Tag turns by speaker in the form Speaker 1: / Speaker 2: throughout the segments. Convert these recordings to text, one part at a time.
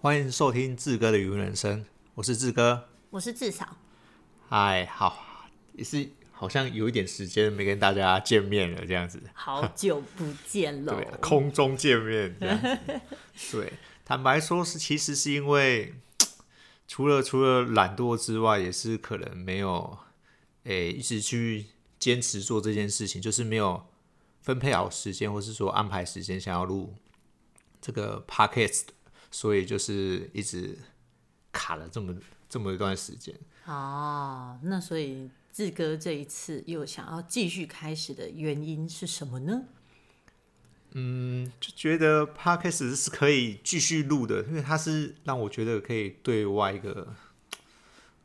Speaker 1: 欢迎收听志哥的语文人生，我是志哥。
Speaker 2: 我是至少，
Speaker 1: 哎，好，也是好像有一点时间没跟大家见面了，这样子，
Speaker 2: 好久不见喽
Speaker 1: 对，。空中见面这样子。对，坦白说是，其实是因为除了除了懒惰之外，也是可能没有，诶、一直去坚持做这件事情，就是没有分配好时间，或是说安排时间想要录这个 podcast，所以就是一直卡了这么这么一段时间。
Speaker 2: 哦，那所以志哥这一次又想要继续开始的原因是什么呢？
Speaker 1: 就觉得 podcast 是可以继续录的，因为它是让我觉得可以对外一个，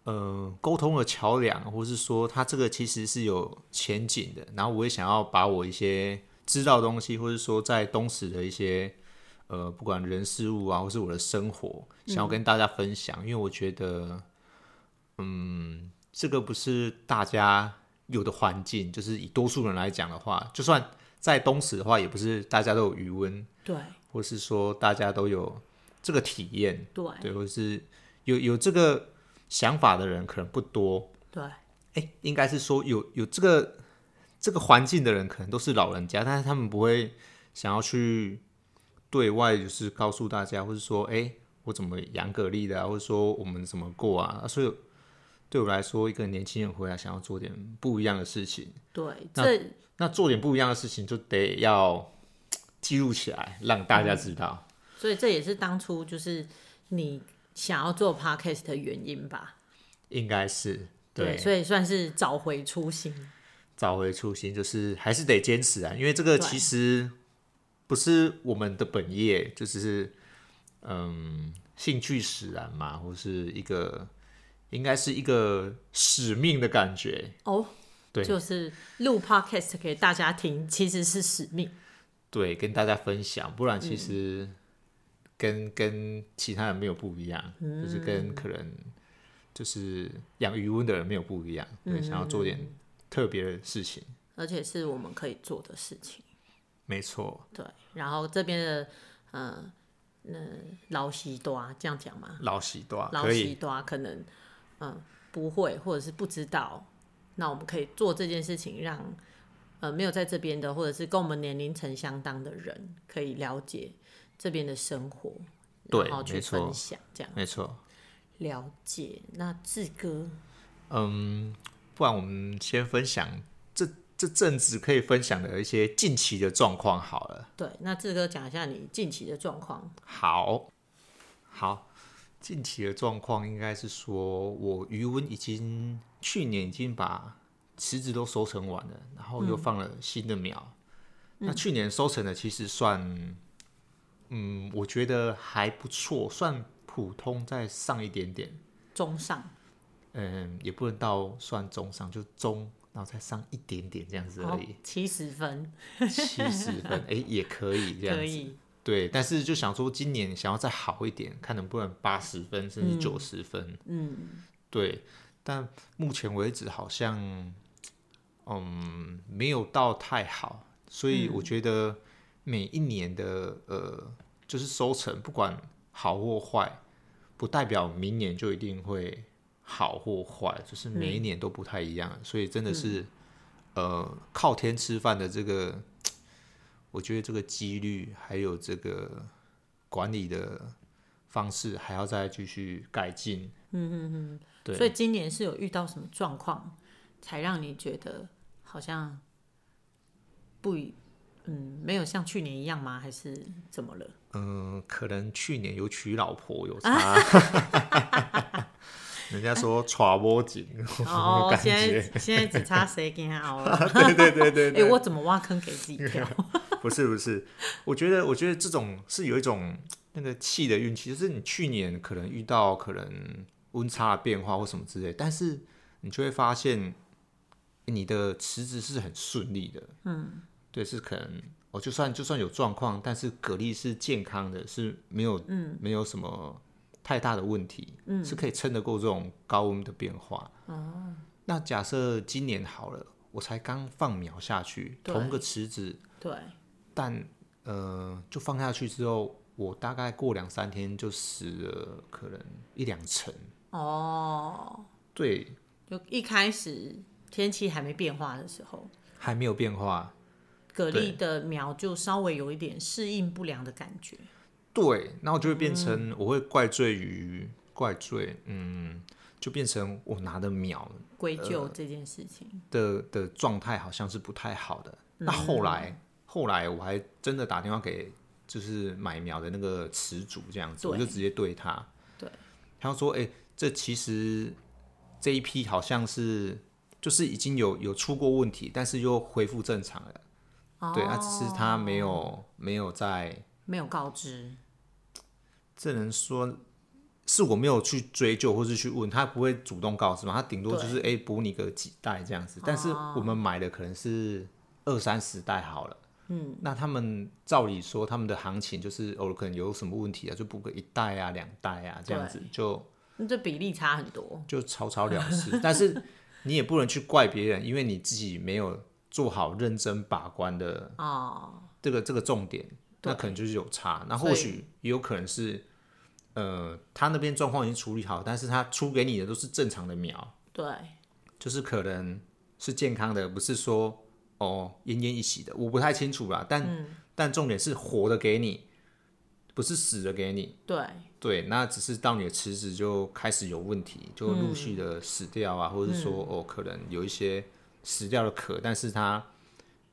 Speaker 1: 呃，沟通的桥梁，或是说它这个其实是有前景的。然后我也想要把我一些知道的东西，或是说在东石的一些，呃，不管人事物啊，或是我的生活，想要跟大家分享，因为我觉得，嗯，这个不是大家有的环境，就是以多数人来讲的话，就算。在东石的话，也不是大家都有余温，
Speaker 2: 对
Speaker 1: 或是说大家都有这个体验，
Speaker 2: 对
Speaker 1: 对，或是有有这个想法的人可能不多。
Speaker 2: 对，
Speaker 1: 哎，应该是说有有这个这个环境的人可能都是老人家，但是他们不会想要去对外就是告诉大家，或是说，哎，我怎么养蛤蜊的、啊，或者说我们怎么过啊。啊所以对我来说，一个年轻人回来想要做点不一样的事情，
Speaker 2: 对，
Speaker 1: 那
Speaker 2: 这
Speaker 1: 那做点不一样的事情就得要记录起来，让大家知道。
Speaker 2: 所以这也是当初就是你想要做 podcast 的原因吧？
Speaker 1: 应该是对，
Speaker 2: 所以算是找回初心。
Speaker 1: 找回初心就是还是得坚持啊，因为这个
Speaker 2: 对
Speaker 1: 其实不是我们的本业，就只是嗯兴趣使然嘛，或是一个应该是一个使命的感觉。
Speaker 2: 哦，
Speaker 1: 对
Speaker 2: 就是录 podcast 给大家听，其实是使命。
Speaker 1: 对，跟大家分享，不然其
Speaker 2: 嗯
Speaker 1: 实跟、跟其他人没有不一样，
Speaker 2: 嗯
Speaker 1: 就是跟可能就是养鱼温的人没有不一样，
Speaker 2: 嗯
Speaker 1: 对，想要做点特别的事情，
Speaker 2: 而且是我们可以做的事情。
Speaker 1: 没错，
Speaker 2: 对，然后这边的呃，嗯、老西多这样讲吗？
Speaker 1: 老习多
Speaker 2: 老
Speaker 1: 哦可以
Speaker 2: 西多可能嗯、不会或者是不知道，那我们可以做这件事情让，呃没有在这边的或者是跟我们年龄层相当的人可以了解这边的生活，
Speaker 1: 对
Speaker 2: 然后去
Speaker 1: 没错
Speaker 2: 分享这样
Speaker 1: 没错，
Speaker 2: 了解。那志哥
Speaker 1: 嗯，不然我们先分享这这阵子可以分享的一些近期的状况好了。
Speaker 2: 对，那志哥讲一下你近期的状况。
Speaker 1: 好，好，近期的状况应该是说，我余温已经去年已经把池子都收成完了，然后又放了新的苗。那去年收成的其实算，嗯，我觉得还不错，算普通，再上一点点。
Speaker 2: 中上
Speaker 1: 嗯，也不能到算中上，就中，然后再上一点点这样子而已，
Speaker 2: 七十分，
Speaker 1: 七十 分，哎、也可以这样
Speaker 2: 可
Speaker 1: 子。
Speaker 2: 以，
Speaker 1: 对，但是就想说今年想要再好一点，看能不能八十分甚至九十分。嗯，对，但目前为止好像，嗯，没有到太好，所以
Speaker 2: 嗯
Speaker 1: 我觉得每一年的呃，就是收成，不管好或坏，不代表明年就一定会好或坏，就是每
Speaker 2: 嗯
Speaker 1: 一年都不太一样，所以真的是、呃靠天吃饭的这个。我觉得这个几率还有这个管理的方式还要再继续改进。对
Speaker 2: 嗯所以今年是有遇到什么状况，才让你觉得好像不一，嗯，没有像去年一样吗？还是怎 么了？
Speaker 1: 嗯，可能去年有娶老婆有差，人家说 “耍波紧”，
Speaker 2: 哦，
Speaker 1: 感
Speaker 2: 现
Speaker 1: 觉
Speaker 2: 在现在只差谁跟他熬了？
Speaker 1: 对对对 对
Speaker 2: 哎、
Speaker 1: 对，
Speaker 2: 我怎么挖坑给自己跳？
Speaker 1: 不是不是，我觉得我觉得这种是有一种那个气的运气，就是你去年可能遇到可能温差的变化或什么之类，但是你就会发现你的辞职是很顺利的，嗯，对，是可能我、哦、就算就算有状况，但是蛤蜊是健康的，是没有嗯没有什么太大的问题，嗯，是可以撑得过这种高温的变化。哦，那假设今年好了，我才刚放苗下去，
Speaker 2: 对
Speaker 1: 同个池子。
Speaker 2: 对，
Speaker 1: 但呃，就放下去之后，我大概过两三天就死了，可能一两成。
Speaker 2: 哦，
Speaker 1: 对，
Speaker 2: 就一开始天气还没变化的时候，
Speaker 1: 还没有变化。
Speaker 2: 蛤
Speaker 1: 对
Speaker 2: 蜊的苗就稍微有一点适应不良的感觉。
Speaker 1: 对，那我就会变成，我会怪罪于怪罪，嗯，就变成我拿的秒
Speaker 2: 归
Speaker 1: 呃
Speaker 2: 咎这件事情，
Speaker 1: 的的状态好像是不太好的。
Speaker 2: 嗯
Speaker 1: 那后来，后来我还真的打电话给就是买苗的那个池主这样子，
Speaker 2: 对
Speaker 1: 我就直接对他，
Speaker 2: 对，
Speaker 1: 他就说：“哎、这其实这一批好像是就是已经有有出过问题，但是又恢复正常了。
Speaker 2: 哦、
Speaker 1: 对，那、啊只是他没有没有在，
Speaker 2: 没有告知，
Speaker 1: 这能说。”是我没有去追究，或是去问他，不会主动告知嘛？他顶多就是哎补、你个几袋这样子。但是我们买的可能是二三十袋好了，嗯，那他们照理说他们的行情就是哦，可能有什么问题啊，就补个一袋啊、两袋啊这样子就
Speaker 2: 那这比例差很多。
Speaker 1: 就草草了事。但是你也不能去怪别人，因为你自己没有做好认真把关的
Speaker 2: 哦，
Speaker 1: 这个这个重点，那可能就是有差。那或
Speaker 2: 所
Speaker 1: 许也有可能是，呃，他那边状况已经处理好，但是他出给你的都是正常的苗，
Speaker 2: 对，
Speaker 1: 就是可能是健康的，不是说哦奄奄一息的，我不太清楚啦。但、但重点是活的给你，不是死的给你。
Speaker 2: 对，
Speaker 1: 对，那只是到你的池子就开始有问题，就陆续的死掉啊，或者是说哦，可能有一些死掉的壳，但是它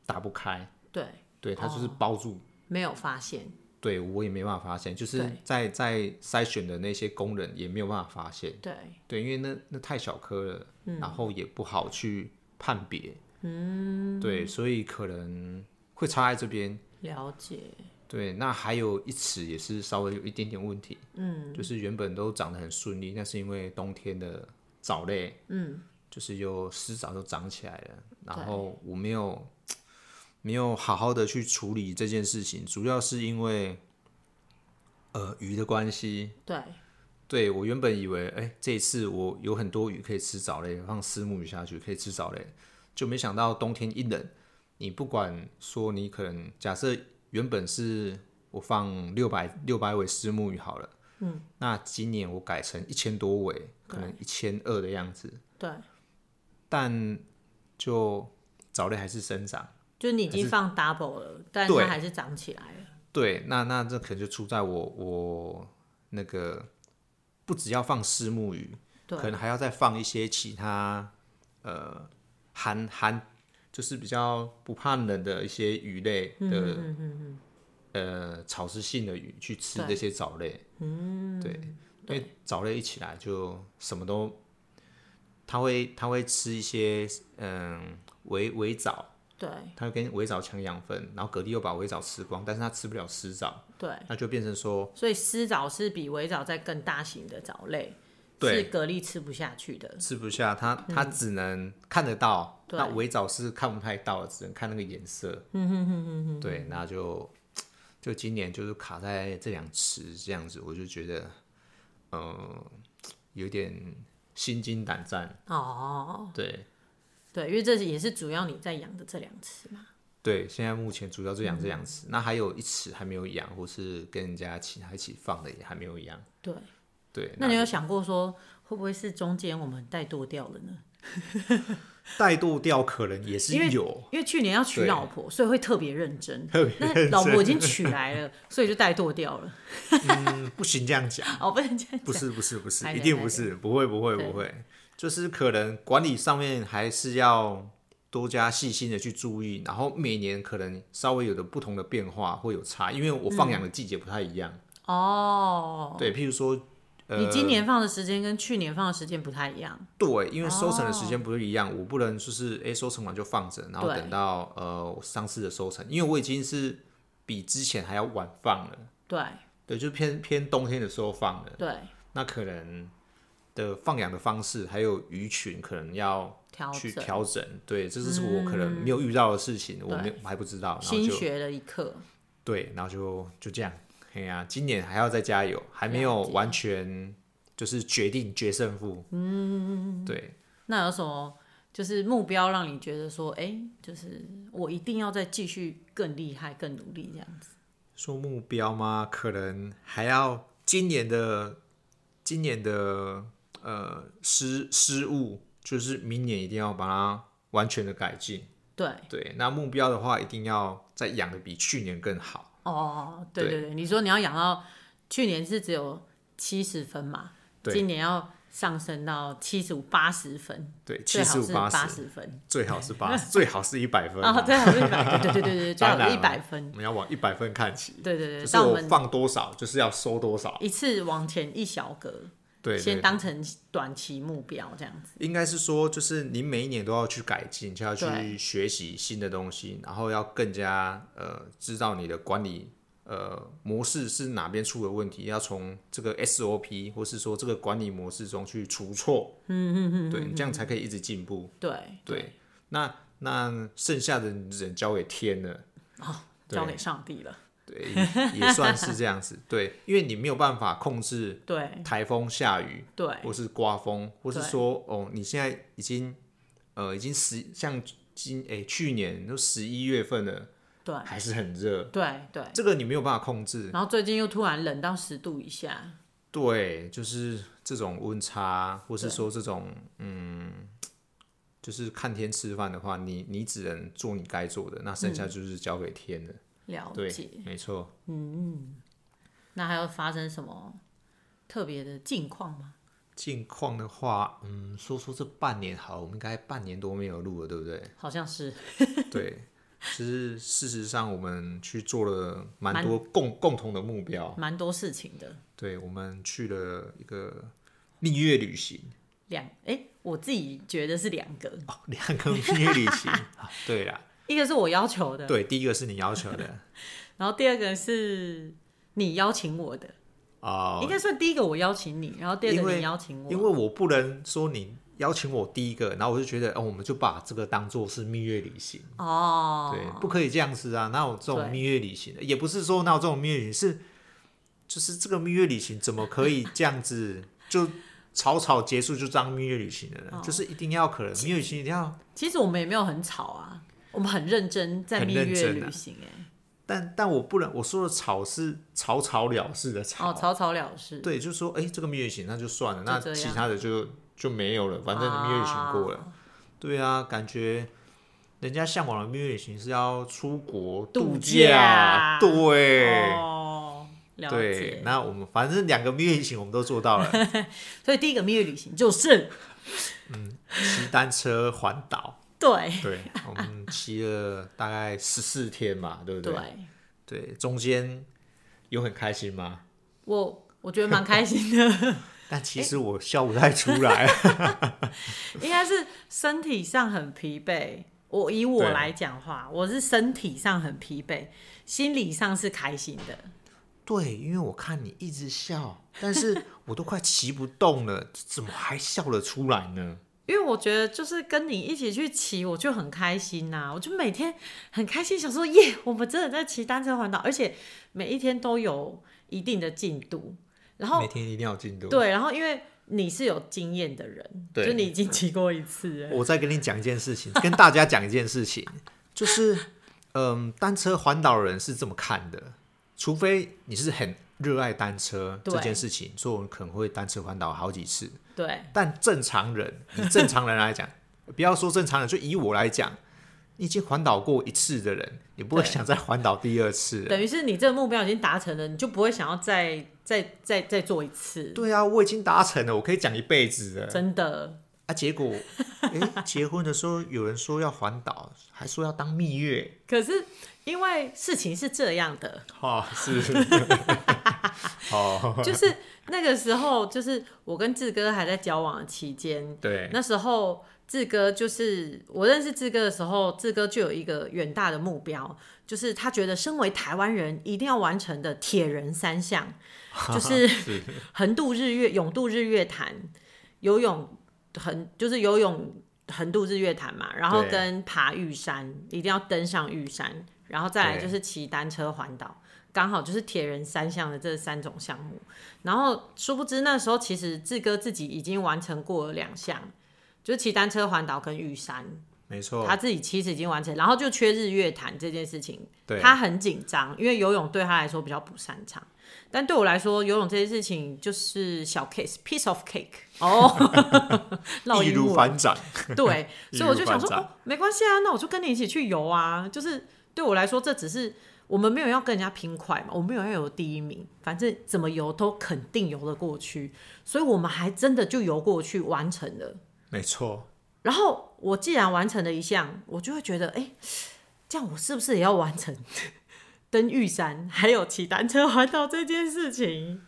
Speaker 1: 打不开，
Speaker 2: 对，
Speaker 1: 对，它就是包住。
Speaker 2: 没有发现，
Speaker 1: 对我也没办法发现，就是
Speaker 2: 对
Speaker 1: 在在筛选的那些工人也没有办法发现，
Speaker 2: 对，
Speaker 1: 对，因为那那太小颗了，然后也不好去判别，嗯，对，所以可能会差在这边。
Speaker 2: 了解，
Speaker 1: 对，那还有一尺也是稍微有一点点问题，嗯，就是原本都长得很顺利，那是因为冬天的藻类，嗯，就是有湿藻都长起来了，然后我没有没有好好的去处理这件事情，主要是因为呃鱼的关系，
Speaker 2: 对，
Speaker 1: 对我原本以为，哎、这一次我有很多鱼可以吃藻类，放丝目鱼下去可以吃藻类，就没想到冬天一冷，你不管说你可能假设原本是我放六百六百尾丝目鱼好了，嗯，那今年我改成一千多尾，可能一千二的样子，
Speaker 2: 对，
Speaker 1: 但就藻类还是生长。
Speaker 2: 就你已经放 double 了，但
Speaker 1: 对
Speaker 2: 它还是长起来了。
Speaker 1: 对，那那这可能就出在我我那个不只要放丝目鱼，
Speaker 2: 对
Speaker 1: 可能还要再放一些其他呃含含就是比较不怕冷的一些鱼类的、呃草食性的鱼去吃
Speaker 2: 对
Speaker 1: 这些藻类，嗯，对，因为藻类一起来就什么都，它会它会吃一些嗯围围藻，
Speaker 2: 对
Speaker 1: 它会跟围藻抢养分，然后蛤蜊又把围藻吃光，但是它吃不了湿藻，
Speaker 2: 对，
Speaker 1: 那就变成说
Speaker 2: 所以丝藻是比围藻再更大型的藻类，
Speaker 1: 对
Speaker 2: 是蛤蜊吃不下去的。
Speaker 1: 吃不下，它它只能看得到，
Speaker 2: 对
Speaker 1: 那围藻是看不太到的，只能看那个颜色。嗯哼哼哼哼。对，那就就今年就是卡在这两池这样子，我就觉得，呃，有点心惊胆战。
Speaker 2: 哦，
Speaker 1: 对
Speaker 2: 对，因为这也是主要你在养的这两次嘛。
Speaker 1: 对，现在目前主要就养这两池，那还有一池还没有养，或是跟人家其他一起放的也还没有养。
Speaker 2: 对，
Speaker 1: 对，
Speaker 2: 那你有想过说会不会是中间我们怠惰掉了呢？
Speaker 1: 怠惰掉可能也是
Speaker 2: 因为
Speaker 1: 有，
Speaker 2: 因为去年要娶
Speaker 1: 对
Speaker 2: 老婆，所以会特别认真。
Speaker 1: 特别
Speaker 2: 那老婆已经娶来了，所以就怠惰掉了。
Speaker 1: 嗯不行这样 讲。
Speaker 2: 哦，不能这样
Speaker 1: 不
Speaker 2: 讲。
Speaker 1: 是不是不是，
Speaker 2: 拍
Speaker 1: 一
Speaker 2: 的
Speaker 1: 定
Speaker 2: 拍
Speaker 1: 不
Speaker 2: 的
Speaker 1: 是，不会不会
Speaker 2: 哎对
Speaker 1: 不会，就是可能管理上面还是要多加细心的去注意，然后每年可能稍微有的不同的变化会有差，因为我放养的季节不太一样。
Speaker 2: 哦，
Speaker 1: 对，譬如说，呃，
Speaker 2: 你今年放哦的时间跟去年放的时间不太一样。
Speaker 1: 对，因为收成的时间不是一样，我不能就是哎、诶收成完就放着，然后
Speaker 2: 对
Speaker 1: 等到呃上次的收成，因为我已经是比之前还要晚放了，
Speaker 2: 对
Speaker 1: 对，就偏偏冬天的时候放了。
Speaker 2: 对，
Speaker 1: 那可能的放养的方式，还有鱼群可能要
Speaker 2: 调
Speaker 1: 去
Speaker 2: 整嗯
Speaker 1: 调整。对，这就是我可能没有遇到的事情，我没有我还不知道，然后
Speaker 2: 新
Speaker 1: 就
Speaker 2: 学了一课。
Speaker 1: 对，然后就就这样。哎呀、今年还要再加油，还没有
Speaker 2: 了解
Speaker 1: 完全就是决定决胜负。嗯，对，
Speaker 2: 那有什么就是目标让你觉得说，哎、就是我一定要再继续更厉害、更努力这样子？
Speaker 1: 说目标吗？可能还要今年的今年的呃失失误，就是明年一定要把它完全的改进。
Speaker 2: 对，
Speaker 1: 对，那目标的话，一定要再养的比去年更好。
Speaker 2: 哦，对
Speaker 1: 对
Speaker 2: 对对，你说你要养到去年是只有七十分嘛，
Speaker 1: 对
Speaker 2: 今年要上升到七十五八十分，
Speaker 1: 对，
Speaker 2: 最
Speaker 1: 七十
Speaker 2: 好
Speaker 1: 五
Speaker 2: 是
Speaker 1: 八
Speaker 2: 八
Speaker 1: 十，
Speaker 2: 十分
Speaker 1: 最好是 八十，最好是一百分
Speaker 2: 啊，
Speaker 1: 啊。
Speaker 2: 最好是一百，对对对对 对，最
Speaker 1: 当
Speaker 2: 好
Speaker 1: 然
Speaker 2: 是一百
Speaker 1: 了
Speaker 2: 分
Speaker 1: 我，们要往一百分看齐。
Speaker 2: 对对对，
Speaker 1: 就是
Speaker 2: 但我
Speaker 1: 我
Speaker 2: 们
Speaker 1: 放多少，就是要收多少。
Speaker 2: 一次往前一小格，
Speaker 1: 对，
Speaker 2: 先
Speaker 1: 对
Speaker 2: 当成短期目标这样子，
Speaker 1: 应该是说，就是你每一年都要去改进，就要去
Speaker 2: 对
Speaker 1: 学习新的东西，然后要更加呃知道你的管理呃模式是哪边出了问题，要从这个 SOP 或是说这个管理模式中去除错。嗯嗯嗯，对，你这样才可以一直进步。
Speaker 2: 对
Speaker 1: 对，那那剩下的人交给天了。对
Speaker 2: 交给上帝了，
Speaker 1: 对，也算是这样子。对，因为你没有办法控制
Speaker 2: 对
Speaker 1: 台风下雨，
Speaker 2: 对
Speaker 1: 或是刮风，或是
Speaker 2: 对
Speaker 1: 说哦，你现在已经呃已经十像今诶、去年都十一月份了，
Speaker 2: 对嗯
Speaker 1: 还是很热，
Speaker 2: 对对，
Speaker 1: 这个你没有办法控制。
Speaker 2: 然后最近又突然冷到十度以下，
Speaker 1: 对，就是这种温差，或是
Speaker 2: 对
Speaker 1: 说这种嗯，就是看天吃饭的话，你你只能做你该做的，那
Speaker 2: 嗯
Speaker 1: 剩下就是交给天了。
Speaker 2: 了
Speaker 1: 对
Speaker 2: 解。，
Speaker 1: 没错。
Speaker 2: 那还有发生什么特别的境况吗？
Speaker 1: 近况的话，嗯，说说这半年好，我们应该半年多没有录了，对不 对？
Speaker 2: 好像是
Speaker 1: 对，其实事实上我们去做了蛮多共共同的目标。
Speaker 2: 蛮多事情的。
Speaker 1: 对，我们去了一个蜜月旅行
Speaker 2: 两哎、我自己觉得是两个，
Speaker 1: 哦， 两个蜜月旅 行。啊对啦，
Speaker 2: 一个是我要求的，
Speaker 1: 对，第一个是你要求 的
Speaker 2: 然后第二个是你邀请我的，
Speaker 1: 哦
Speaker 2: 应，该算第一个我邀请你，然后第二
Speaker 1: 因
Speaker 2: 个
Speaker 1: 为
Speaker 2: 你邀请
Speaker 1: 因
Speaker 2: 我。
Speaker 1: 为我不能说你邀请我第一个，然后我就觉得哦，我们就把这个当做是蜜月旅行。
Speaker 2: 哦，
Speaker 1: 对，不可以这样子啊！哪有这种
Speaker 2: 对
Speaker 1: 蜜月旅行的？也不是说哪有这种蜜月旅行，是就是这个蜜月旅行怎么可以这样子 就草草结束就当蜜月旅行的
Speaker 2: 哦
Speaker 1: 呢？就是一定要可能蜜月旅行一定要，
Speaker 2: 其实我们也没有很吵啊，我们很认真在
Speaker 1: 很
Speaker 2: 蜜
Speaker 1: 认
Speaker 2: 月
Speaker 1: 真啊
Speaker 2: 旅行哎、
Speaker 1: 但但我不能我说的草是草草了事的草，
Speaker 2: 哦，草草了事。
Speaker 1: 对，就是说哎、这个蜜月旅行那就算了，那
Speaker 2: 就这
Speaker 1: 其
Speaker 2: 样哦
Speaker 1: 他的就就没有了，反正蜜月旅行过了，对啊，感觉。人家向往的蜜月旅行是要出国
Speaker 2: 度
Speaker 1: 假
Speaker 2: 假
Speaker 1: 对，
Speaker 2: 哦，了
Speaker 1: 对
Speaker 2: 解，。
Speaker 1: 那我们反正两个蜜月旅行我们都做到了，
Speaker 2: 所以第一个蜜月旅行就是
Speaker 1: 骑单车环岛。
Speaker 2: 对
Speaker 1: 对，我们骑了大概十四天嘛，对不对？
Speaker 2: 对，
Speaker 1: 对，中间有很开心吗？
Speaker 2: 我我觉得蛮开 心的，
Speaker 1: 但其实我笑不太出来。
Speaker 2: 应该是身体上很疲惫。我以我
Speaker 1: 对
Speaker 2: 来讲话，我是身体上很疲惫，心理上是开心的。
Speaker 1: 对，因为我看你一直笑，但是我都快骑不动了，怎么还笑得出来呢？
Speaker 2: 因为我觉得就是跟你一起去骑，我就很开心呐、我就每天很开心，想说耶，我们真的在骑单车环岛，而且每一天都有一定的进度。然后
Speaker 1: 每天一定要有进度。
Speaker 2: 哦对，然后因为你是有经验的人，
Speaker 1: 对
Speaker 2: 就你已经骑过一次了，
Speaker 1: 我再跟你讲一件事情，跟大家讲一件事情，就是，嗯，单车环岛人是这么看的，除非你是很热爱单车
Speaker 2: 对
Speaker 1: 这件事情，所以我们可能会单车环岛好几次。
Speaker 2: 对
Speaker 1: 但正常人，以正常人来讲，不要说正常人，就以我来讲，你已经环岛过一次的人，你不会
Speaker 2: 对
Speaker 1: 想再环岛第二次了。
Speaker 2: 等于是你这个目标已经达成了，你就不会想要再再再再做一次。
Speaker 1: 对啊，我已经达成了，我可以讲一辈子了。
Speaker 2: 真的，
Speaker 1: 啊，结果，诶，结婚的时候有人说要环岛，还说要当蜜月，
Speaker 2: 可是因为事情是这样的，
Speaker 1: 哦，是，哦，
Speaker 2: 就是那个时候，就是我跟志哥还在交往的期间，
Speaker 1: 对，
Speaker 2: 那时候志哥就是我认识志哥的时候，志哥就有一个远大的目标，就是他觉得身为台湾人一定要完成的铁人三项，就是
Speaker 1: 是
Speaker 2: 横渡日月、泳渡日月潭、游泳横就是游泳横渡日月潭嘛，然后
Speaker 1: 对
Speaker 2: 跟爬玉山，一定要登上玉山，然后再来
Speaker 1: 对
Speaker 2: 就是骑单车环岛，刚好就是铁人三项的这三种项目。然后殊不知那时候其实志哥自己已经完成过了两项，就是骑单车环岛跟玉山，
Speaker 1: 没错，
Speaker 2: 他自己其实已经完成，然后就缺日月潭这件事情，
Speaker 1: 对，
Speaker 2: 他很紧张，因为游泳对他来说比较不擅长。但对我来说，游泳这件事情就是小 case，piece of cake 哦，烙
Speaker 1: 易
Speaker 2: 英
Speaker 1: 如
Speaker 2: 文
Speaker 1: 反掌，
Speaker 2: 对，
Speaker 1: 易
Speaker 2: 所以我
Speaker 1: 如
Speaker 2: 就
Speaker 1: 反
Speaker 2: 想说，
Speaker 1: 掌
Speaker 2: 哦，没关系啊，那我就跟你一起去游啊。就是对我来说，这只是我们没有要跟人家拼快嘛，我们没有要游第一名，反正怎么游都肯定游得过去，所以我们还真的就游过去完成了。
Speaker 1: 没错，
Speaker 2: 然后我既然完成了一项，我就会觉得，哎，这样我是不是也要完成 登玉山，还有骑单车环岛这件事情？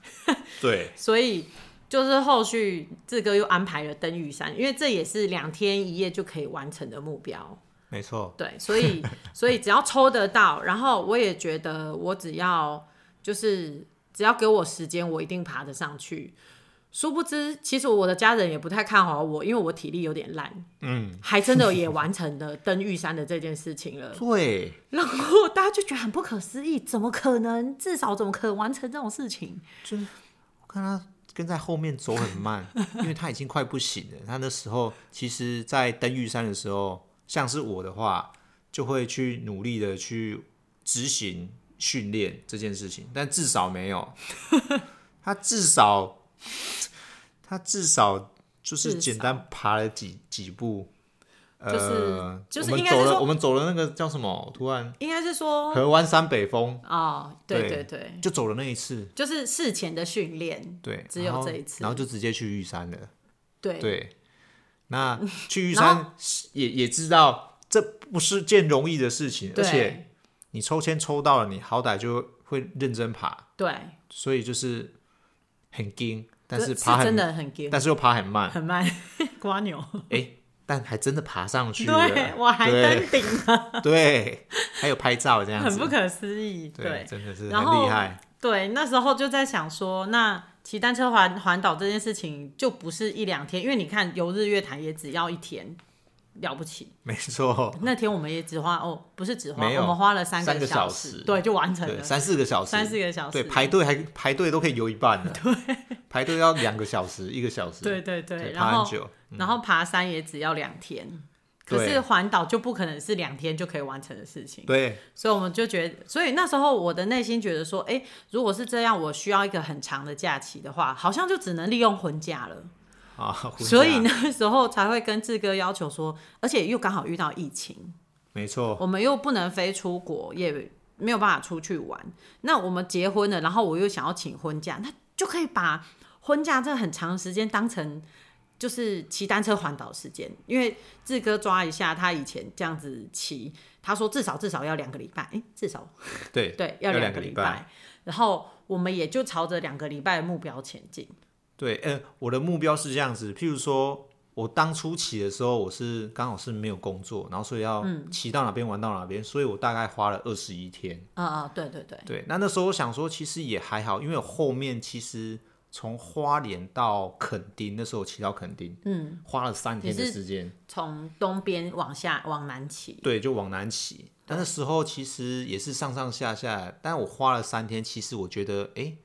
Speaker 1: 对，
Speaker 2: 所以就是后续志哥又安排了登玉山，因为这也是两天一夜就可以完成的目标。
Speaker 1: 没错，
Speaker 2: 对，所以所以只要抽得到，然后我也觉得我只要就是只要给我时间，我一定爬得上去。殊不知，其实我的家人也不太看好我，因为我体力有点烂，
Speaker 1: 嗯，
Speaker 2: 还真的也完成了登玉山的这件事 情了。
Speaker 1: 对，
Speaker 2: 然后大家就觉得很不可思议，怎么可能？至少怎么可能完成这种事情？
Speaker 1: 就是我看他跟在后面走很 慢，因为他已经快不行了。他那时候其实，在登玉山的时候，像是我的话，就会去努力的去执行训练这件事情，但至少没 有，他至少他至少就是
Speaker 2: 至
Speaker 1: 简单爬了几几步。
Speaker 2: 就是
Speaker 1: 呃，
Speaker 2: 就是
Speaker 1: 我
Speaker 2: 应
Speaker 1: 们
Speaker 2: 该
Speaker 1: 走
Speaker 2: 是
Speaker 1: 了，
Speaker 2: 说
Speaker 1: 我们走了那个叫什么？突然
Speaker 2: 应该是说，
Speaker 1: 河湾山北峰，
Speaker 2: 哦，对对
Speaker 1: 对
Speaker 2: 对，
Speaker 1: 就走了那一次，
Speaker 2: 就是事前的训练，
Speaker 1: 对，
Speaker 2: 只有
Speaker 1: 然后
Speaker 2: 这一次
Speaker 1: 然后就直接去玉山了。
Speaker 2: 对，
Speaker 1: 对，那去玉
Speaker 2: 然
Speaker 1: 山是也也知道这不是件容易的事情，而
Speaker 2: 对
Speaker 1: 且你抽签抽到了，你好歹就会认真爬，
Speaker 2: 对，
Speaker 1: 所以就是很惊，但
Speaker 2: 这
Speaker 1: 是
Speaker 2: 是
Speaker 1: 爬
Speaker 2: 真
Speaker 1: 很，
Speaker 2: 的很 g
Speaker 1: 但是又爬很慢，
Speaker 2: 很慢， 瓜牛，
Speaker 1: 诶，但还真的爬上去了，
Speaker 2: 对 我还登
Speaker 1: 对
Speaker 2: 顶了，
Speaker 1: 对，还有拍照这样
Speaker 2: 很
Speaker 1: 子
Speaker 2: 不，可思议，
Speaker 1: 对，
Speaker 2: 对
Speaker 1: 真的是
Speaker 2: 然
Speaker 1: 很
Speaker 2: 后
Speaker 1: 厉害，
Speaker 2: 对，那时候就在想说，那骑单车环环岛这件事情就不是一两天，因为你看游日月潭也只要一天，了不起，
Speaker 1: 没错，
Speaker 2: 那天我们也只花哦，不是只花，
Speaker 1: 哦没有
Speaker 2: 我们花了三
Speaker 1: 三个小
Speaker 2: 小
Speaker 1: 时
Speaker 2: 对，就完成
Speaker 1: 对，
Speaker 2: 了
Speaker 1: 三四个小时，
Speaker 2: 三哦四个小时，
Speaker 1: 对，排队还排队都可以游一半 了，对，排队要两个小时，一个小时，
Speaker 2: 对对对，
Speaker 1: 对，
Speaker 2: 然
Speaker 1: 爬
Speaker 2: 后
Speaker 1: 很久。嗯
Speaker 2: 然后爬山也只要两天，可
Speaker 1: 对
Speaker 2: 是环岛就不可能是两天就可以完成的事情，
Speaker 1: 对，
Speaker 2: 所以我们就觉得，所以那时候我的内心觉得说，哎，如果是这样，我需要一个很长的假期的话，好像就只能利用婚假了，
Speaker 1: 啊，婚
Speaker 2: 所以
Speaker 1: 假，
Speaker 2: 那时候才会跟志哥要求说，而且又刚好遇到疫情，
Speaker 1: 啊没错，
Speaker 2: 我们又不能飞出国，也没有办法出去玩，那我们结婚了，然后我又想要请婚假，那就可以把婚假这很长时间当成就是骑单车环岛时间，因为志哥抓一下他以前这样子骑，他说至少至少要两个礼拜，哎、至少
Speaker 1: 对
Speaker 2: 对
Speaker 1: 要
Speaker 2: 两
Speaker 1: 个
Speaker 2: 礼
Speaker 1: 拜。
Speaker 2: 拜，然后我们也就朝着两个礼拜的目标前进，
Speaker 1: 对，呃，我的目标是这样子，譬如说我当初骑的时候，我是刚好是没有工作，然后所以要
Speaker 2: 嗯
Speaker 1: 骑到哪边玩到哪边，所以我大概花了二十一天。
Speaker 2: 啊、啊、对对对，
Speaker 1: 对，那那时候我想说，其实也还好，因为我后面其实从花莲到垦丁，那时候我骑到垦丁，嗯，花了三天的
Speaker 2: 你是
Speaker 1: 时间，
Speaker 2: 从东边往下往南骑，
Speaker 1: 对，就往南骑。但那时候其实也是上上下下，但我花了三天，其实我觉得，诶，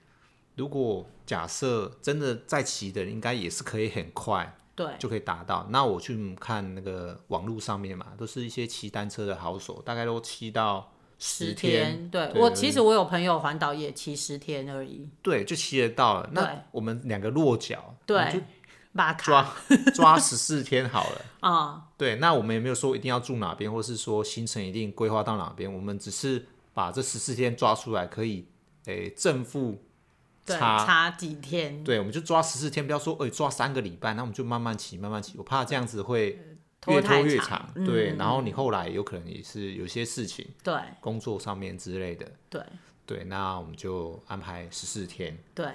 Speaker 1: 如果假设真的在骑的人，应该也是可以很快
Speaker 2: 对
Speaker 1: 就可以达到。那我去看那个网络上面嘛，都是一些骑单车的好手，大概都骑到
Speaker 2: 十
Speaker 1: 十
Speaker 2: 天，对
Speaker 1: 对
Speaker 2: 我
Speaker 1: 对
Speaker 2: 其实我有朋友环岛也骑十天而已，
Speaker 1: 对，就骑得到了。
Speaker 2: 对
Speaker 1: 那我们两个落脚，我们
Speaker 2: 对
Speaker 1: 就，
Speaker 2: 马卡
Speaker 1: 抓 抓十四天好了。
Speaker 2: 啊、
Speaker 1: 对，那我们也没有说一定要住哪边，或是说行程一定规划到哪边，我们只是把这十四天抓出来，可以诶正负
Speaker 2: 对，
Speaker 1: 差，
Speaker 2: 差几天，
Speaker 1: 对，我们就抓十四天，不要说诶抓三个礼拜，那我们就慢慢骑，慢慢骑，我怕这样子会
Speaker 2: 呃拖
Speaker 1: 越
Speaker 2: 太
Speaker 1: 拖越
Speaker 2: 长
Speaker 1: 长，
Speaker 2: 嗯
Speaker 1: 对，然后你后来有可能也是有些事情，
Speaker 2: 对
Speaker 1: 工作上面之类的，
Speaker 2: 对
Speaker 1: 对，那我们就安排十四天，
Speaker 2: 对，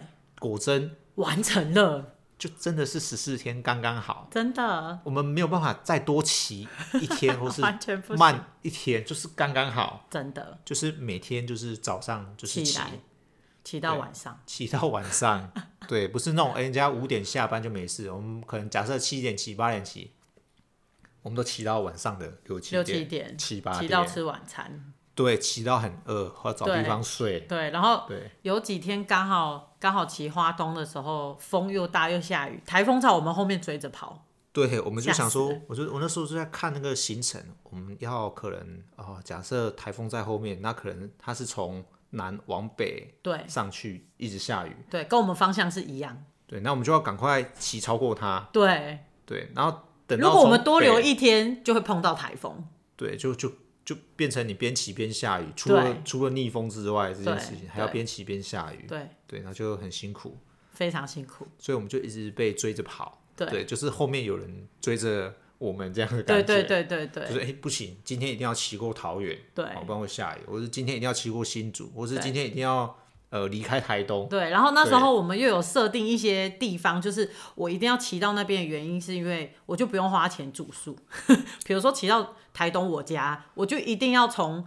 Speaker 1: 果真
Speaker 2: 完成了，
Speaker 1: 就真的是十四天刚刚好。
Speaker 2: 真的
Speaker 1: 我们没有办法再多骑一 天，或是
Speaker 2: 完全不行
Speaker 1: 慢一天，就是刚刚好。
Speaker 2: 真的
Speaker 1: 就是每天就是早上就是
Speaker 2: 起
Speaker 1: 骑
Speaker 2: 来骑到
Speaker 1: 对
Speaker 2: 晚上，
Speaker 1: 骑到晚 上，对，不是那种哎人家五点下班就没事，我们可能假设七点骑八点骑，我们都骑到晚上的六七
Speaker 2: 六七
Speaker 1: 点
Speaker 2: 点
Speaker 1: 七八
Speaker 2: 骑到吃晚餐，
Speaker 1: 对，骑到很饿，或找
Speaker 2: 对
Speaker 1: 地方睡，
Speaker 2: 对，然后
Speaker 1: 对
Speaker 2: 有几天刚好刚好骑花东的时候，风又大又下雨，台风朝我们后面追着跑，
Speaker 1: 对对，我们就
Speaker 2: 吓
Speaker 1: 想
Speaker 2: 死
Speaker 1: 说
Speaker 2: 了，
Speaker 1: 我就我那时候就在看那个行程，我们要可能哦，假设台风在后面，那可能它是从南往北
Speaker 2: 对
Speaker 1: 上去，一直下雨，
Speaker 2: 对，跟我们方向是一样。
Speaker 1: 对，那我们就要赶快骑超过它，
Speaker 2: 对，
Speaker 1: 对，然后等到
Speaker 2: 如果我们
Speaker 1: 从
Speaker 2: 多留
Speaker 1: 北
Speaker 2: 一天，就会碰到台风。
Speaker 1: 对，就就就变成你边骑边下雨，除
Speaker 2: 对
Speaker 1: 了除了逆风之外，这件
Speaker 2: 对
Speaker 1: 事情还要
Speaker 2: 对
Speaker 1: 边骑边下雨，
Speaker 2: 对，
Speaker 1: 对，那就很辛苦，
Speaker 2: 非常辛苦。
Speaker 1: 所以我们就一直被追着跑，
Speaker 2: 对
Speaker 1: 就是后面有人追着我们这样的感觉，
Speaker 2: 对对对对
Speaker 1: 就
Speaker 2: 对
Speaker 1: 是哎、不行，今天一定要骑过桃园，
Speaker 2: 对
Speaker 1: 哦不然会下雨，或是今天一定要骑过新竹，或是
Speaker 2: 对
Speaker 1: 今天一定要呃离开台东，
Speaker 2: 对。然后那时
Speaker 1: 对
Speaker 2: 候我们又有设定一些地方，就是我一定要骑到那边的原因，是因为我就不用花钱住宿。 比如说骑到台东我家，我就一定要从，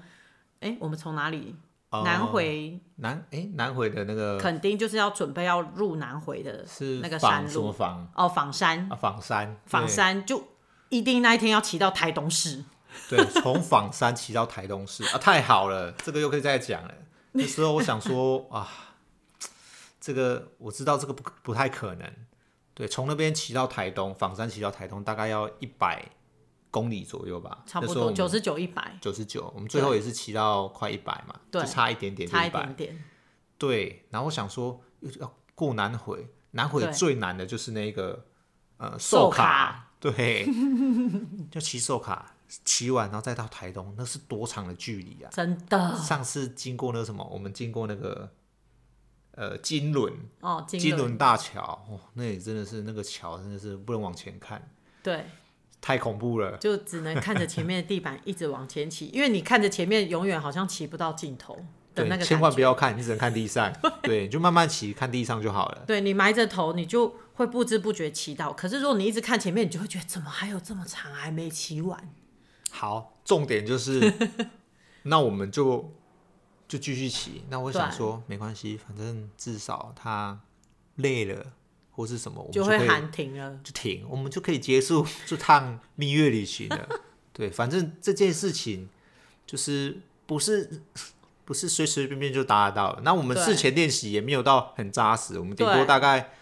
Speaker 2: 哎，我们从哪里？
Speaker 1: 呃
Speaker 2: 南回
Speaker 1: 南哎、南回的那个
Speaker 2: 肯定就是要准备要入南回的
Speaker 1: 是
Speaker 2: 那个
Speaker 1: 仿
Speaker 2: 山
Speaker 1: 什么
Speaker 2: 路
Speaker 1: 仿
Speaker 2: 哦，仿山
Speaker 1: 啊仿 山
Speaker 2: 仿
Speaker 1: 对
Speaker 2: 山就一定那一天要骑到台东市。
Speaker 1: 对，从仿山骑到台东市啊，太好了，这个又可以再讲了。那时候我想说 啊，这个我知道这个不不太可能。对，从那边骑到台东，仿山骑到台东大概要一百公里左右吧，
Speaker 2: 差不多九
Speaker 1: 九
Speaker 2: 十九一百，
Speaker 1: 九十九，我们最后也是骑到快一百嘛，
Speaker 2: 对
Speaker 1: 就差一点点就
Speaker 2: 差一
Speaker 1: 一百
Speaker 2: 点。点。
Speaker 1: 对，然后我想说又要过南回，南回
Speaker 2: 对
Speaker 1: 最难的就是那个呃
Speaker 2: 寿
Speaker 1: 寿
Speaker 2: 卡
Speaker 1: 对， 就骑寿卡，骑完然后再到台东，那是多长的距离啊！
Speaker 2: 真的
Speaker 1: 上次经过那个什么，我们经过那个呃金轮
Speaker 2: 哦，金
Speaker 1: 金
Speaker 2: 轮
Speaker 1: 轮大桥，哦，那里真的是那个桥真的是不能往前看，
Speaker 2: 对，
Speaker 1: 太恐怖了。
Speaker 2: 就只能看着前面的地板一直往前骑，因为你看着前面永远好像骑不到尽头的
Speaker 1: 对
Speaker 2: 那，个
Speaker 1: 千
Speaker 2: 感
Speaker 1: 万
Speaker 2: 觉
Speaker 1: 不要看，你只能看地上。 对，你就慢慢骑，看地上就好了。
Speaker 2: 对你埋着头，你就会不知不觉骑到。可是如果你一直看前面，你就会觉得怎么还有这么长还没骑完？
Speaker 1: 好，重点就是， 那我们就就继续骑。那我想
Speaker 2: 对
Speaker 1: 说，没关系，反正至少他累了或是什么，我们
Speaker 2: 就
Speaker 1: 可
Speaker 2: 会
Speaker 1: 以
Speaker 2: 喊停了。
Speaker 1: 就停，我们就可以结束 这趟蜜月旅行了。对，反正这件事情就是不是不是随随便便就达得到的。那我们
Speaker 2: 对
Speaker 1: 事前练习也没有到很扎实，我们顶多
Speaker 2: 对
Speaker 1: 大概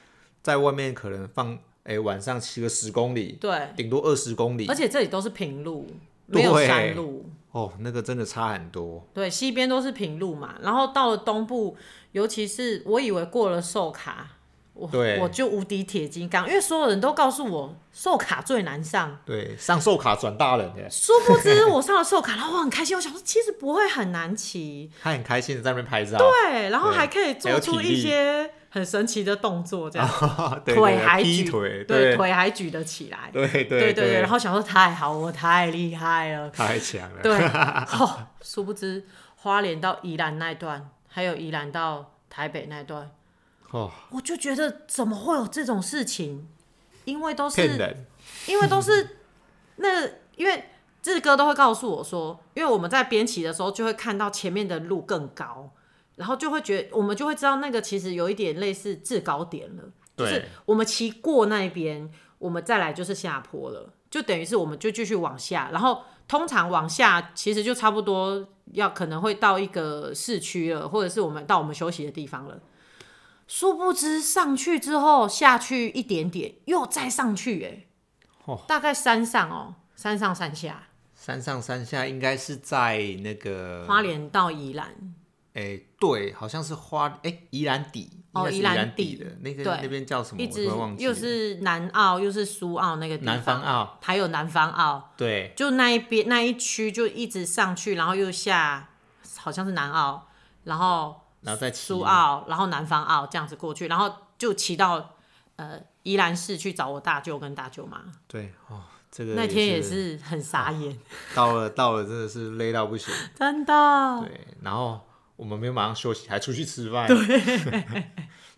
Speaker 1: 在外面可能放哎、晚上骑个十公里，
Speaker 2: 对，
Speaker 1: 顶多二十公里
Speaker 2: 而。且这里都是平路，没有
Speaker 1: 对
Speaker 2: 山路。
Speaker 1: 哦，那个真的差很多。
Speaker 2: 对，西边都是平路嘛，然后到了东部，尤其是我以为过了寿卡，我
Speaker 1: 对
Speaker 2: 我就无敌铁金刚，因为所有人都告诉我寿卡最难上，
Speaker 1: 对，上寿卡转大人的，
Speaker 2: 殊不知 我上了寿卡，然后我很开心，我想说其实不会很难骑，
Speaker 1: 他很开心的在那边拍照，
Speaker 2: 对，然后还可
Speaker 1: 还
Speaker 2: 以做
Speaker 1: 有
Speaker 2: 出
Speaker 1: 体力啊
Speaker 2: 一些很神奇的动作，这样、
Speaker 1: 对
Speaker 2: 腿
Speaker 1: 对
Speaker 2: 还
Speaker 1: 劈
Speaker 2: 举
Speaker 1: 腿，
Speaker 2: 对
Speaker 1: 对
Speaker 2: 腿还举得起来，
Speaker 1: 对对
Speaker 2: 对对，然后想说太好，我太厉害了，
Speaker 1: 太强了，
Speaker 2: 对，哦，殊不知花莲到宜兰那一段，还有宜兰到台北那一段，
Speaker 1: 哦，
Speaker 2: 我就觉得怎么会有这种事情？因为都
Speaker 1: 骗
Speaker 2: 是
Speaker 1: 人，
Speaker 2: 因为都是那因为志哥都会告诉我说，因为我们在编辑的时候就会看到前面的路更高，然后就会觉得我们就会知道那个其实有一点类似制高点了，就是
Speaker 1: 对
Speaker 2: 我们骑过那边，我们再来就是下坡了，就等于是我们就继续往下，然后通常往下其实就差不多要可能会到一个市区了，或者是我们到我们休息的地方了。殊不知上去之后下去一点点，又再上去、欸，
Speaker 1: 哦
Speaker 2: 大概山上哦，山上山下，
Speaker 1: 山上山下应该是在那个
Speaker 2: 花，莲到宜兰，
Speaker 1: 哎，对，好像是花，哎，宜兰底，
Speaker 2: 哦
Speaker 1: 应该是
Speaker 2: 宜
Speaker 1: 宜
Speaker 2: 兰
Speaker 1: 兰
Speaker 2: 底
Speaker 1: 的那个
Speaker 2: 对
Speaker 1: 那边叫什么，
Speaker 2: 一
Speaker 1: 我
Speaker 2: 直
Speaker 1: 突然忘记
Speaker 2: 又
Speaker 1: 了，
Speaker 2: 是南澳又是苏澳那个地
Speaker 1: 南方
Speaker 2: 方，
Speaker 1: 澳，
Speaker 2: 还有南方澳，
Speaker 1: 对
Speaker 2: 就那一边那一区就一直上去，然后又下，好像是南澳，然后
Speaker 1: 然后再骑
Speaker 2: 苏澳，然后南方澳这样子过去，然后就骑到呃宜兰市去找我大舅跟大舅妈。
Speaker 1: 对，哦，这个
Speaker 2: 那天也
Speaker 1: 也啊
Speaker 2: 是很傻眼，
Speaker 1: 到了到了，真的是累到不行，
Speaker 2: 真的。
Speaker 1: 对，然后我们没有马上休息，还出去吃饭，对，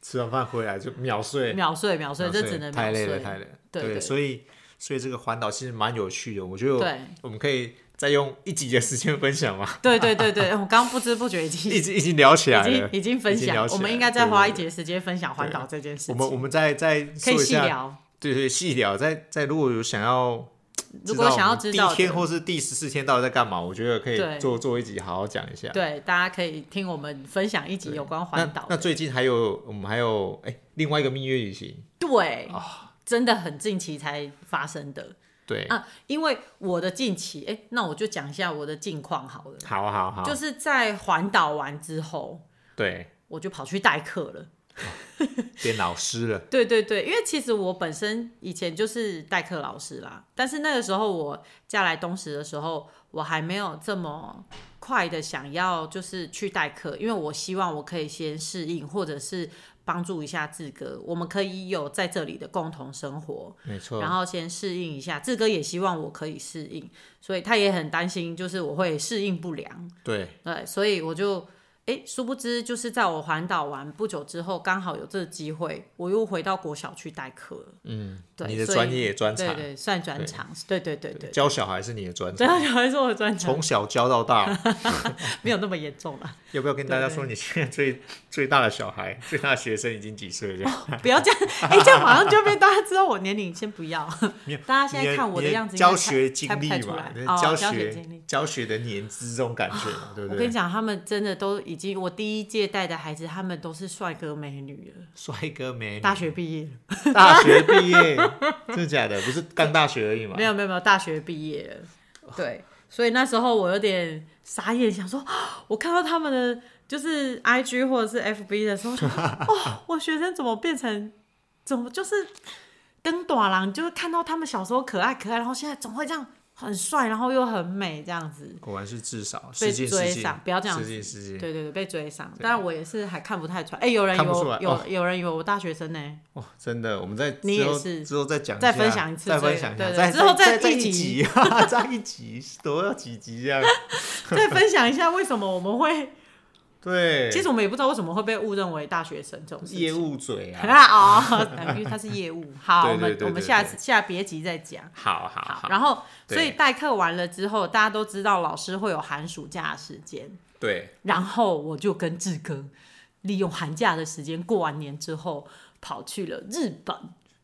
Speaker 1: 吃完饭回来就秒睡，
Speaker 2: 秒睡秒睡，
Speaker 1: 啊
Speaker 2: 这
Speaker 1: 所以
Speaker 2: 只能
Speaker 1: 太
Speaker 2: 秒
Speaker 1: 累了，
Speaker 2: 睡。
Speaker 1: 太累了。
Speaker 2: 对对
Speaker 1: 所以所以这个环岛其实蛮有趣的，我觉得
Speaker 2: 对
Speaker 1: 我们可以再用一集的时间分享嘛，
Speaker 2: 对对对对，我刚刚不知不 觉 已经
Speaker 1: 已经已经聊起来
Speaker 2: 已
Speaker 1: 了，
Speaker 2: 经已经分
Speaker 1: 已经
Speaker 2: 享
Speaker 1: 聊，起来了
Speaker 2: 我们应该再花一。
Speaker 1: 对对对
Speaker 2: 节时间分享环岛这件事
Speaker 1: 我们我
Speaker 2: 情，
Speaker 1: 们再再
Speaker 2: 可
Speaker 1: 说
Speaker 2: 以
Speaker 1: 一
Speaker 2: 细
Speaker 1: 下，
Speaker 2: 聊。
Speaker 1: 对对，细聊。再再如果有想要，
Speaker 2: 如果想要
Speaker 1: 知
Speaker 2: 知
Speaker 1: 道我们
Speaker 2: 道
Speaker 1: 第一天
Speaker 2: 的
Speaker 1: 或是第十四天到底在干嘛，我觉得可
Speaker 2: 对
Speaker 1: 以做做一集好好讲一下。
Speaker 2: 对，大家可以听我们分享一集有关环岛
Speaker 1: 那。那最近还有我们还有哎、另外一个蜜月旅行
Speaker 2: 对，真的很近期才发生的
Speaker 1: 对，
Speaker 2: 啊。因为我的近期，哎、那我就讲一下我的近况好了。
Speaker 1: 好好好，
Speaker 2: 就是在环岛完之后，
Speaker 1: 对，
Speaker 2: 我就跑去代课了。
Speaker 1: 变老师 了，
Speaker 2: 对对对，因为其实我本身以前就是代课老师啦，但是那个时候我嫁来东石的时候，我还没有这么快的想要就是去代课，因为我希望我可以先适应，或者是帮助一下志哥，我们可以有在这里的共同生活，
Speaker 1: 没错，
Speaker 2: 然后先适应一下。志哥也希望我可以适应，所以他也很担心，就是我会适应不良。
Speaker 1: 对，
Speaker 2: 对，所以我就诶，殊不知就是在我环岛完不久之后，刚好有这个机会，我又回到国小去代课了。
Speaker 1: 嗯，
Speaker 2: 对
Speaker 1: 你的
Speaker 2: 所以
Speaker 1: 专业也专
Speaker 2: 对
Speaker 1: 长，
Speaker 2: 对，算专长，对对对对。
Speaker 1: 教小孩是你的专
Speaker 2: 对
Speaker 1: 长，
Speaker 2: 啊，小孩说我的专长
Speaker 1: 从小教到 大，
Speaker 2: 没有那么严重啦，
Speaker 1: 要不要跟大家说你现在最最大的小孩、最大的学生已经几岁了？
Speaker 2: 不要这样，哎、这样马上就被大家知道我年龄，先不要。大家现
Speaker 1: 你
Speaker 2: 在看我
Speaker 1: 你
Speaker 2: 样子应该
Speaker 1: 教
Speaker 2: 猜，
Speaker 1: 学
Speaker 2: 猜
Speaker 1: 经
Speaker 2: 不
Speaker 1: 历
Speaker 2: 太出
Speaker 1: 嘛
Speaker 2: 来，
Speaker 1: 你的
Speaker 2: 哦，
Speaker 1: 教
Speaker 2: 学
Speaker 1: 学
Speaker 2: 经历。哦
Speaker 1: 教学的年资这种感觉嘛，对不
Speaker 2: 我跟
Speaker 1: 对
Speaker 2: 你？讲，他们真的都已经，我第一届带的孩子，他们都是帅哥美女了，
Speaker 1: 帅哥美女，
Speaker 2: 大学毕业了。
Speaker 1: 大学毕 业，真的假的？不是刚大学而已嘛
Speaker 2: 没？有没有没有，大学毕业了。对，所以那时候我有点傻眼，想说，啊我看到他们的就是 I G 或者是 F B 的时 候，想说哦，我学生怎么变成怎么就是登短郎，就是看到他们小时候可爱可爱，然后现在总会这样很帅，然后又很美这样子。
Speaker 1: 果然是至少
Speaker 2: 被
Speaker 1: 失敬
Speaker 2: 追
Speaker 1: 失敬
Speaker 2: 上，，不要这样
Speaker 1: 失
Speaker 2: 子。
Speaker 1: 敬失敬。
Speaker 2: 对对对，被追上。当然我也是还看不太出来。哎、有人
Speaker 1: 看不出来
Speaker 2: 有有、
Speaker 1: 哦
Speaker 2: 有人以为我大学生呢、
Speaker 1: 哇，哦真的，我们在
Speaker 2: 你
Speaker 1: 之后
Speaker 2: 也是
Speaker 1: 之后再讲一下，
Speaker 2: 再分享一次
Speaker 1: 再
Speaker 2: 这
Speaker 1: 分
Speaker 2: 个
Speaker 1: 享一
Speaker 2: 对
Speaker 1: 下，
Speaker 2: 对
Speaker 1: 再
Speaker 2: 之后
Speaker 1: 再
Speaker 2: 再
Speaker 1: 再
Speaker 2: 一集
Speaker 1: 集，哈哈 再一集，多要几集这样？
Speaker 2: 再分享一下为什么我们会，
Speaker 1: 对，
Speaker 2: 其实我们也不知道为什么会被误认为大学生这种事情。
Speaker 1: 业务嘴
Speaker 2: 很
Speaker 1: 啊，
Speaker 2: 啊 哦，因为它是业务。好，
Speaker 1: 对
Speaker 2: 我
Speaker 1: 对
Speaker 2: 们
Speaker 1: 对
Speaker 2: 我们
Speaker 1: 对
Speaker 2: 下
Speaker 1: 对
Speaker 2: 次下别集再讲。
Speaker 1: 好好好，
Speaker 2: 然后
Speaker 1: 对
Speaker 2: 所以代课完了之后，大家都知道老师会有寒暑假的时间，
Speaker 1: 对，
Speaker 2: 然后我就跟志哥利用寒假的时间，过完年之后跑去了日本，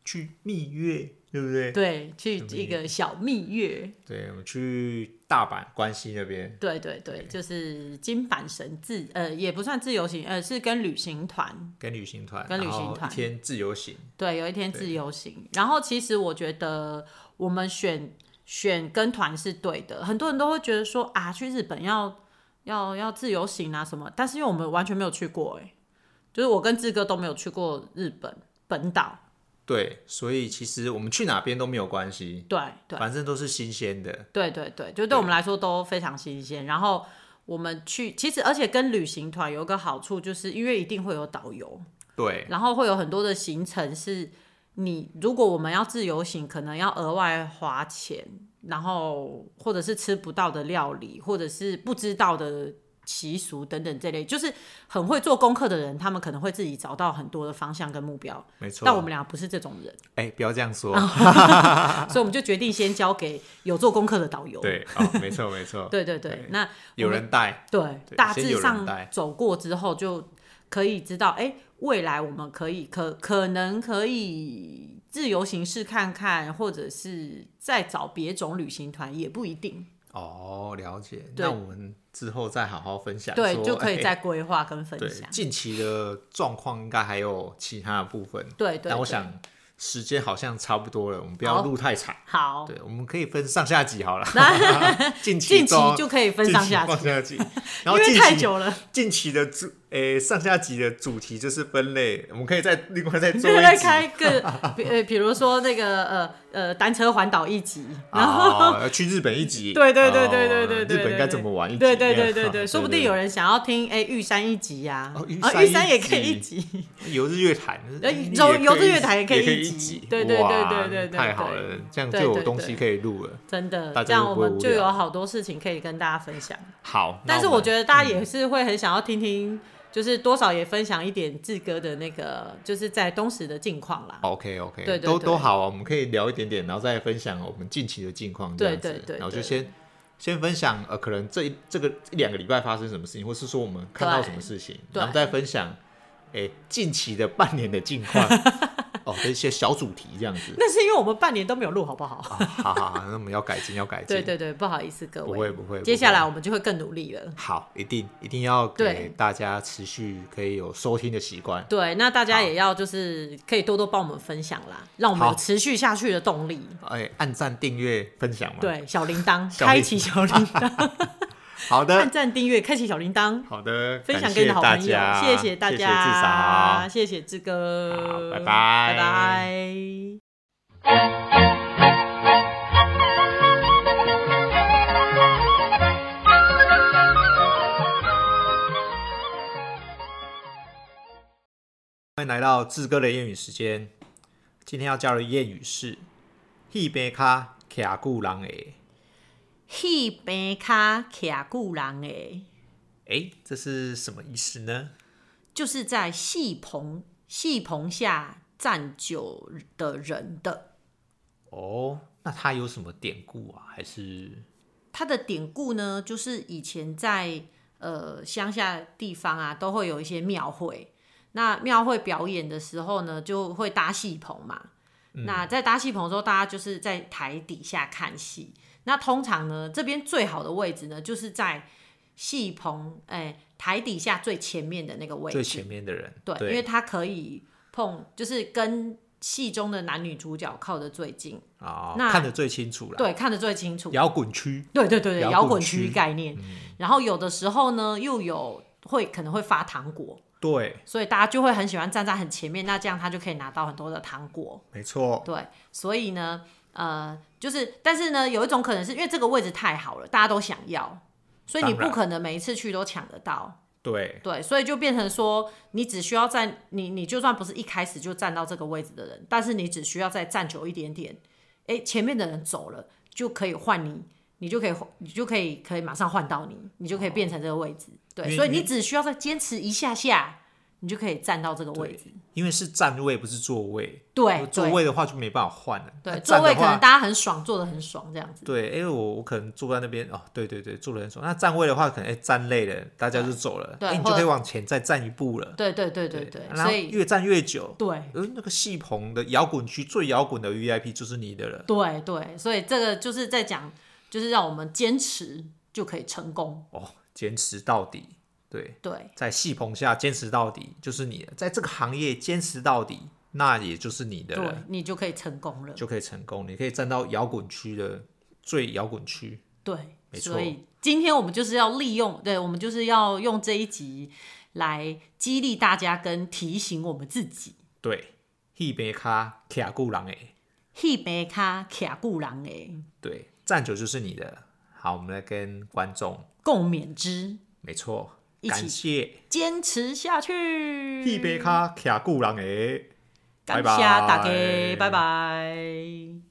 Speaker 1: 去蜜月，对不对？嗯
Speaker 2: 对，去一个小蜜月，
Speaker 1: 对，我们去大阪关西那边，
Speaker 2: 对对对，就是金板神自呃也不算自由行，呃是跟旅行团
Speaker 1: 跟旅行团，
Speaker 2: 嗯跟旅行
Speaker 1: 然后
Speaker 2: 团
Speaker 1: 一天自由行，
Speaker 2: 对，有一天
Speaker 1: 对
Speaker 2: 自由行。然后其实我觉得我们选选跟团是对的，很多人都会觉得说啊，去日本要要要自由行啊什么，但是因为我们完全没有去过、欸，就是我跟志哥都没有去过日本本岛，
Speaker 1: 对，所以其实我们去哪边都没有关系，
Speaker 2: 对对
Speaker 1: 反正都是新鲜的，
Speaker 2: 对对对，就对我们来说都非常新鲜。然后我们去，其实而且跟旅行团有一个好处，就是因为一定会有导游，
Speaker 1: 对，
Speaker 2: 然后会有很多的行程是你如果我们要自由行，可能要额外花钱，然后或者是吃不到的料理，或者是不知道的习俗等等这类，就是很会做功课的人，他们可能会自己找到很多的方向跟目标。
Speaker 1: 没错。
Speaker 2: 但我们哦俩不是这种人，
Speaker 1: 哎，不要这样说，
Speaker 2: 所以我们就决定先交给有做功课的导游。
Speaker 1: 对，哦，没错没错，
Speaker 2: 对对对，那
Speaker 1: 有人带，
Speaker 2: 对，
Speaker 1: 对
Speaker 2: 大
Speaker 1: 先
Speaker 2: 致
Speaker 1: 有人
Speaker 2: 上
Speaker 1: 带
Speaker 2: 走过之后就可以知道，哎、未来我们可以可可能可以自由行试看看，或者是再找别种旅行团也不一定，
Speaker 1: 哦，了解。
Speaker 2: 对
Speaker 1: 那我们之后再好好分享说，
Speaker 2: 对，就可以
Speaker 1: 哎
Speaker 2: 再规划跟 分
Speaker 1: 对
Speaker 2: 享。
Speaker 1: 近期的状况，应该还有其他的部分。
Speaker 2: 对对
Speaker 1: 但我
Speaker 2: 对
Speaker 1: 想时间好像差不多了，我们不
Speaker 2: 好
Speaker 1: 要录太长。
Speaker 2: 好，
Speaker 1: 对，我们可以分上下集好了。 近期
Speaker 2: 近期
Speaker 1: 中
Speaker 2: 就可以分上下
Speaker 1: 近期，
Speaker 2: 集
Speaker 1: 上下 集， 然
Speaker 2: 因
Speaker 1: 后近
Speaker 2: 为太
Speaker 1: 期
Speaker 2: 久了，
Speaker 1: 近期的主诶、上下集的主题就是分类，我们可以再另外再做
Speaker 2: 就 再
Speaker 1: 一集。
Speaker 2: 开个比呃，比如说那个呃呃单车环岛一集，然后。
Speaker 1: 哦，去日本一集，
Speaker 2: 对对对
Speaker 1: 哦
Speaker 2: 对对对对，
Speaker 1: 日本该怎么玩一集？
Speaker 2: 对对
Speaker 1: 这
Speaker 2: 对
Speaker 1: 样
Speaker 2: 对对，说不定有人想要听哎玉山一集呀
Speaker 1: 哦，玉
Speaker 2: 啊
Speaker 1: 山
Speaker 2: 玉山
Speaker 1: 一
Speaker 2: 也可以
Speaker 1: 集
Speaker 2: 一集，
Speaker 1: 游日月潭，
Speaker 2: 呃
Speaker 1: 你
Speaker 2: 游
Speaker 1: 也
Speaker 2: 游
Speaker 1: 可以
Speaker 2: 日月潭也可以
Speaker 1: 也可以
Speaker 2: 一集
Speaker 1: 集，
Speaker 2: 对对对
Speaker 1: 哇
Speaker 2: 对对对
Speaker 1: 太好
Speaker 2: 对
Speaker 1: 了，这样就
Speaker 2: 对
Speaker 1: 有
Speaker 2: 对
Speaker 1: 东
Speaker 2: 对
Speaker 1: 西可以录了。
Speaker 2: 真的
Speaker 1: 大，家
Speaker 2: 这样
Speaker 1: 会
Speaker 2: 我
Speaker 1: 不会
Speaker 2: 们
Speaker 1: 无
Speaker 2: 就有
Speaker 1: 聊
Speaker 2: 好多事情可以跟大家分享。
Speaker 1: 好，
Speaker 2: 但是
Speaker 1: 我嗯
Speaker 2: 我觉得大家也是会很想要听听，就是多少也分享一点志哥的那个，就是在东石的近况啦。
Speaker 1: OK OK，
Speaker 2: 对对
Speaker 1: 都
Speaker 2: 对
Speaker 1: 都好啊，我们可以聊一点点，然后再分享我们近期的近况，这
Speaker 2: 对
Speaker 1: 样子
Speaker 2: 对对对
Speaker 1: 然后就先。先分享呃，可能这一这个一两个礼拜发生什么事情，或是说我们看到
Speaker 2: 对
Speaker 1: 什么事情，
Speaker 2: 对
Speaker 1: 然后再分享，哎、近期的半年的近况。哦，的一些小主题这样子。
Speaker 2: 那是因为我们半年都没有录，好不好？
Speaker 1: 啊好好好，那我们要改进，要改进。
Speaker 2: 对对对，不好意思各
Speaker 1: 不
Speaker 2: 位，
Speaker 1: 会不会。不
Speaker 2: 接
Speaker 1: 会
Speaker 2: 下来我们就会更努力了。
Speaker 1: 好，一定一定要
Speaker 2: 对
Speaker 1: 给大家持续可以有收听的习惯。
Speaker 2: 对，那大家
Speaker 1: 好
Speaker 2: 也要就是可以多多帮我们分享啦，让我们有
Speaker 1: 好
Speaker 2: 持续下去的动力。
Speaker 1: 哎，按赞、订阅、分享嘛。，
Speaker 2: 对，小铃 铛，
Speaker 1: 小铃
Speaker 2: 开启小铃铛，
Speaker 1: 好
Speaker 2: 按
Speaker 1: 的，
Speaker 2: 赞、订阅，开启小铃铛，
Speaker 1: 好的，
Speaker 2: 分享
Speaker 1: 感
Speaker 2: 给你
Speaker 1: 谢
Speaker 2: 的好
Speaker 1: 大
Speaker 2: 朋友
Speaker 1: 家，，
Speaker 2: 谢谢大
Speaker 1: 谢
Speaker 2: 家，
Speaker 1: 至少。
Speaker 2: 谢谢志哥，
Speaker 1: 好拜拜
Speaker 2: 拜拜。
Speaker 1: 欢迎来到志哥的谚语时间。今天要教的谚语是“一杯咖卡固狼诶
Speaker 2: 戏边卡徛久人诶，”，
Speaker 1: 哎，这是什么意思呢？
Speaker 2: 就是在戏棚戏棚下站久的人的。
Speaker 1: 哦，那它有什么典故啊？还是
Speaker 2: 它的典故呢，就是以前在呃乡下地方啊，都会有一些庙会。那庙会表演的时候呢，就会搭戏棚嘛。
Speaker 1: 嗯
Speaker 2: 那在搭戏棚的时候，大家就是在台底下看戏。那通常呢，这边最好的位置呢，就是在戏棚哎、台底下最前面的那个位置，
Speaker 1: 最前面的人？
Speaker 2: 对，因为他可以碰，就是跟戏中的男女主角靠得最近，
Speaker 1: 啊，
Speaker 2: 那
Speaker 1: 看得最清楚了。
Speaker 2: 对，看得最清楚。
Speaker 1: 摇滚区
Speaker 2: 对对对对，
Speaker 1: 摇
Speaker 2: 摇
Speaker 1: 滚
Speaker 2: 滚区
Speaker 1: 区嗯
Speaker 2: 概念。然后有的时候呢，又有会可能会发糖果，
Speaker 1: 对，
Speaker 2: 所以大家就会很喜欢站在很前面，那这样他就可以拿到很多的糖果。
Speaker 1: 没错，
Speaker 2: 对，所以呢，呃，就是，但是呢，有一种可能是因为这个位置太好了，大家都想要，所以你
Speaker 1: 当
Speaker 2: 不
Speaker 1: 然
Speaker 2: 可能每一次去都抢得到。
Speaker 1: 对，
Speaker 2: 对，所以就变成说，你只需要在你你就算不是一开始就站到这个位置的人，但是你只需要再站久一点点，哎、前面的人走了就可以换你，你就可以你就可以可以马上换到你，你就可以变成这个位置。对，
Speaker 1: 因为
Speaker 2: 所以你
Speaker 1: 因为
Speaker 2: 只需要再坚持一下下，你就可以站到这个位置。
Speaker 1: 因为是站位不是座位，
Speaker 2: 对
Speaker 1: 座
Speaker 2: 对
Speaker 1: 位的话就没办法换了。那
Speaker 2: 对，
Speaker 1: 站
Speaker 2: 座
Speaker 1: 的
Speaker 2: 位可能
Speaker 1: 话
Speaker 2: 大家很爽，坐的很爽这样子。
Speaker 1: 对，因为我我可能坐在那边哦，对对对，坐了很爽。那站位的话，可能哎、站累了，大家就走了，
Speaker 2: 对
Speaker 1: 哎、你
Speaker 2: 或
Speaker 1: 就
Speaker 2: 者
Speaker 1: 可以往前再站一步了。
Speaker 2: 对对对对对，
Speaker 1: 然后
Speaker 2: 所以
Speaker 1: 越站越久，
Speaker 2: 对。
Speaker 1: 而那个戏棚的摇滚区最摇滚的 VIP 就是你的了。
Speaker 2: 对对，所以这个就是在讲，就是让我们坚持就可以成功。
Speaker 1: 哦，坚持到底，对，
Speaker 2: 对，
Speaker 1: 在戏棚下坚持到底就是你的，在这个行业坚持到底，那也就是你的
Speaker 2: 对
Speaker 1: 了，
Speaker 2: 你就可以成功了。
Speaker 1: 就可以成功。你可以站到摇滚区的最摇滚区，
Speaker 2: 对，
Speaker 1: 没
Speaker 2: 所
Speaker 1: 错
Speaker 2: 以今天我们就是要利用，对我们就是要用这一集来激励大家跟提醒我们自己。
Speaker 1: 对，一杯咖卡固狼诶，
Speaker 2: 一杯卡卡固狼诶，
Speaker 1: 对，站久就是你的。好，我们来跟观众，
Speaker 2: 共勉之，
Speaker 1: 没错，
Speaker 2: 一起
Speaker 1: 感谢
Speaker 2: 坚持下去。
Speaker 1: 一杯咖卡固狼诶，
Speaker 2: 感
Speaker 1: 拜
Speaker 2: 谢大家，
Speaker 1: 拜
Speaker 2: 拜拜